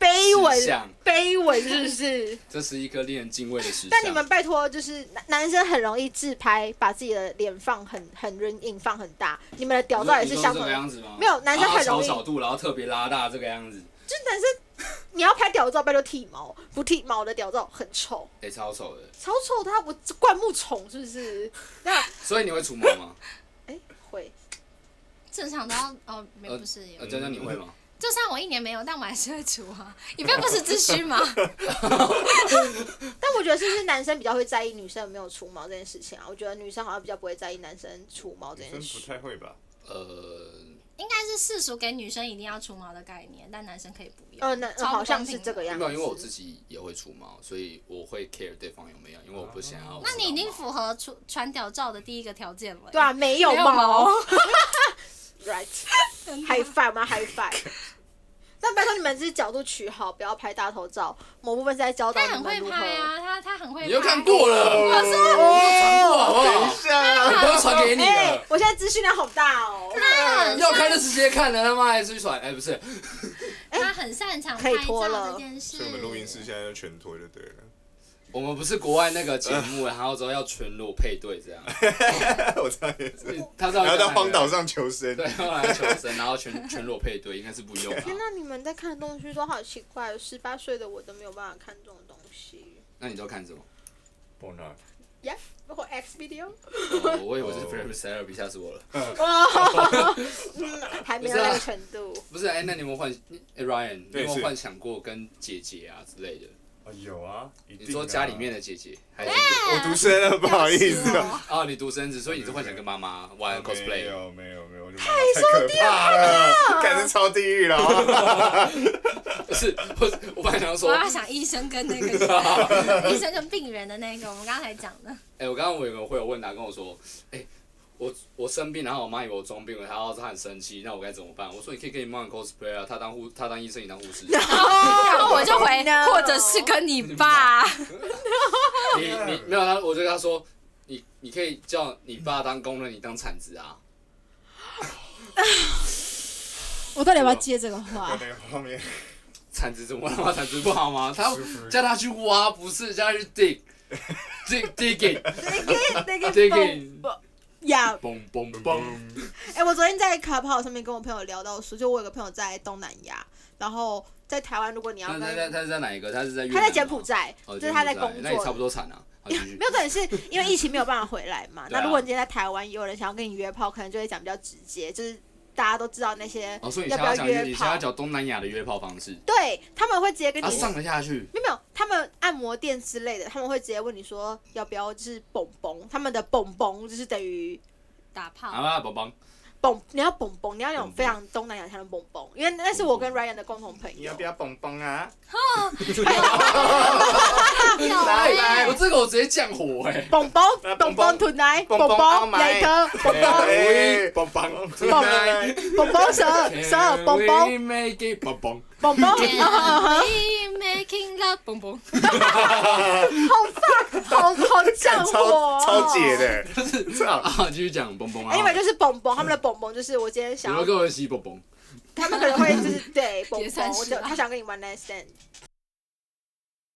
Speaker 2: 卑
Speaker 3: 石像
Speaker 2: 微，卑微是不是？
Speaker 3: 这是一颗令人敬畏的事。
Speaker 2: 但你们拜托，就是男男生很容易自拍，把自己的脸放很很润硬，放很大。你们的屌照也是
Speaker 3: 你说
Speaker 2: 相
Speaker 3: 这
Speaker 2: 同
Speaker 3: 个
Speaker 2: 的，
Speaker 3: 样子吗？
Speaker 2: 没有男生很容易
Speaker 3: 然后小角度，然后特别拉大这个样子，
Speaker 2: 就男生你要拍屌照，拜托剃毛，不剃毛的屌照很丑，
Speaker 3: 哎，超丑的。
Speaker 2: 超丑的啊，我灌木丛是不 是？那
Speaker 3: 所以你会除毛吗？
Speaker 2: 哎会，
Speaker 4: 正常都要哦，没
Speaker 3: 呃
Speaker 4: 不是有
Speaker 3: 呃，江江你会吗？
Speaker 4: 就算我一年没有，但我还是会除啊，以备不时之需嘛。
Speaker 2: 但我觉得是不是男生比较会在意女生有没有除毛这件事情啊？我觉得女生好像比较不会在意男生除毛这
Speaker 5: 女生
Speaker 2: 件事
Speaker 5: 不。太会吧？
Speaker 3: 呃，
Speaker 4: 应该是世俗给女生一定要除毛的概念，但男生可以不用。
Speaker 2: 呃，那
Speaker 4: 超不
Speaker 2: 好像
Speaker 4: 公平
Speaker 2: 是
Speaker 4: 的
Speaker 2: 这个样
Speaker 3: 没
Speaker 2: 子。
Speaker 3: 有，啊因为我自己也会除毛，所以我会 care 对方有没有，因为我不想要。
Speaker 4: 哦那你已经符合出传屌照的第一个条件了。
Speaker 2: 对啊，没有
Speaker 4: 没有毛
Speaker 2: 毛。right，嗨 five 吗？嗨 five。但拜托你们这角度取好，不要拍大头照。某部分是在教导
Speaker 4: 他
Speaker 2: 你
Speaker 4: 很
Speaker 2: 们
Speaker 4: 会
Speaker 2: 如何。
Speaker 4: 拍啊，他他很会拍。
Speaker 3: 你又看过了，
Speaker 2: 哦，
Speaker 3: 好不
Speaker 5: 等一
Speaker 3: 好？我
Speaker 5: 下啊，
Speaker 3: 都传给你
Speaker 2: 哎、
Speaker 3: 了。
Speaker 2: 我现在资讯量好大 哦。
Speaker 4: 他很
Speaker 3: 要看就直接看了，他妈还是传？哎，不是，
Speaker 4: 他很擅长
Speaker 2: 可
Speaker 4: 拍
Speaker 2: 以脱
Speaker 4: 照这
Speaker 2: 了
Speaker 4: 件事。
Speaker 5: 所以我们录音室现在就全脱就对了。
Speaker 3: 我们不是国外那个节目，然后之后要全裸配对这样。
Speaker 5: 我差点，
Speaker 3: 他知道
Speaker 5: 然后到荒岛上求生。
Speaker 3: 对，后来求生，然后全全裸配对，应该是不用
Speaker 2: 天
Speaker 3: 了。
Speaker 2: 哪，你们在看的东西都好奇怪，十八岁的我都没有办法看这种东西。
Speaker 3: 那你都看什么？
Speaker 5: 不能，
Speaker 2: 包括 X video，
Speaker 3: 哦我以为是 Favorite Therapy，吓死我了。
Speaker 2: 哦， 嗯，还没有那个程度。
Speaker 3: 不是，哎，那你有没有幻哎 Ryan，你有
Speaker 5: 对
Speaker 3: 没有
Speaker 5: 是
Speaker 3: 幻想过跟姐姐啊之类的？
Speaker 5: 啊有啊，一定
Speaker 3: 你
Speaker 5: 啊
Speaker 3: 说家里面的姐姐还是
Speaker 5: 我独生了，不好意思啊。
Speaker 3: 哦，你独生子，所以你是幻想跟妈妈玩
Speaker 5: 没
Speaker 3: cosplay。
Speaker 5: 有没有没有，我就太可怕了，感觉超地狱了啊。
Speaker 3: 不 是，我是我本来想说
Speaker 4: 我，要想医生跟那个 医生跟病人的那个，我们刚才讲的。
Speaker 3: 哎，我刚刚我有个会友问答跟我说，哎。我我生病，然后我妈以为我装病了，她要是她很生气，那我该怎么办？我说你可以跟你妈玩 cosplay 啊，她当护，她当医生，你当护士。
Speaker 2: 哦
Speaker 4: 然后我就回
Speaker 2: No，
Speaker 4: 或者是跟你爸。
Speaker 3: 你你没有他，我就跟他说，你你可以叫你爸当工人，你当产子啊。
Speaker 2: 我到底要不要接这个话
Speaker 5: 有？那个画面，
Speaker 3: 产子怎么了吗？产子不好吗？他
Speaker 5: 舒服
Speaker 3: 叫他去挖，不是叫他去 dig dig dig it，
Speaker 2: 那 啊个
Speaker 3: 这个
Speaker 2: 个呀，
Speaker 3: 嘣嘣嘣。
Speaker 5: 嗯
Speaker 2: 哎、我昨天在卡跑上面跟我朋友聊到说，就我有个朋友在东南亚，然后在台湾，如果你要
Speaker 3: 那
Speaker 2: 跟
Speaker 3: 他在他是在哪一个？他是在越南
Speaker 2: 他
Speaker 3: 吗
Speaker 2: 在柬埔，寨，
Speaker 3: 哦
Speaker 2: 就是他在
Speaker 3: 柬
Speaker 2: 工
Speaker 3: 埔寨那也差
Speaker 2: 作
Speaker 3: 不。多惨 啊。好继续
Speaker 2: 没有，重 点是因为疫情没有办法回来嘛。
Speaker 3: 对啊
Speaker 2: 那如果你今天在台湾，有人想要跟你约炮，可能就会讲比较直接，就是大家都知道那些
Speaker 3: 哦，所以你
Speaker 2: 要
Speaker 3: 想
Speaker 2: 不
Speaker 3: 要
Speaker 2: 要
Speaker 3: 讲，
Speaker 2: 约
Speaker 3: 你想
Speaker 2: 炮
Speaker 3: 要讲东南亚的约炮方式，
Speaker 2: 对他们会直接跟你
Speaker 3: 他啊上了下去。
Speaker 2: 没有没有，他们按摩店之类的，他们会直接问你说要不要就是蹦蹦，他们的蹦蹦就是等于
Speaker 4: 打炮
Speaker 3: 啊好。吧，宝宝，
Speaker 2: 蹦，你要蹦蹦，你要那种非常东南亚才能蹦蹦，因为那是我跟 Ryan 的共同朋
Speaker 1: 你
Speaker 2: 友
Speaker 1: 要不。要蹦蹦啊？
Speaker 4: 有
Speaker 2: 啊
Speaker 1: 来
Speaker 4: 哎
Speaker 1: 来
Speaker 3: 我这个我直接降火 哎、
Speaker 2: 蹦蹦
Speaker 1: 来蹦
Speaker 2: 蹦蹦
Speaker 1: 蹦
Speaker 2: tonight，
Speaker 1: 蹦
Speaker 2: 蹦
Speaker 1: 蹦
Speaker 2: 蹦
Speaker 1: all
Speaker 2: later，
Speaker 1: night
Speaker 2: 蹦蹦
Speaker 1: 哎，蹦蹦，
Speaker 2: 蹦蹦蛇蛇蹦蹦
Speaker 3: 蹦蹦，
Speaker 2: 蹦 蹦，嗯哼嗯哼
Speaker 4: We making love，蹦蹦，
Speaker 2: 好好战
Speaker 1: 干
Speaker 2: 火哦
Speaker 1: 超，超解的，操！
Speaker 3: 啊，继续讲蹦蹦啊。
Speaker 2: Anyway，就是蹦蹦，他哎们的蹦蹦就是我今天
Speaker 3: 有
Speaker 2: 想
Speaker 3: 没有
Speaker 2: 要，
Speaker 3: 跟我一起蹦蹦？
Speaker 2: 他们可能会就是对蹦
Speaker 4: 也
Speaker 2: 蹦，
Speaker 4: 算
Speaker 2: 我
Speaker 4: 是
Speaker 2: 就
Speaker 4: 吧
Speaker 2: 他想跟你玩 night stand，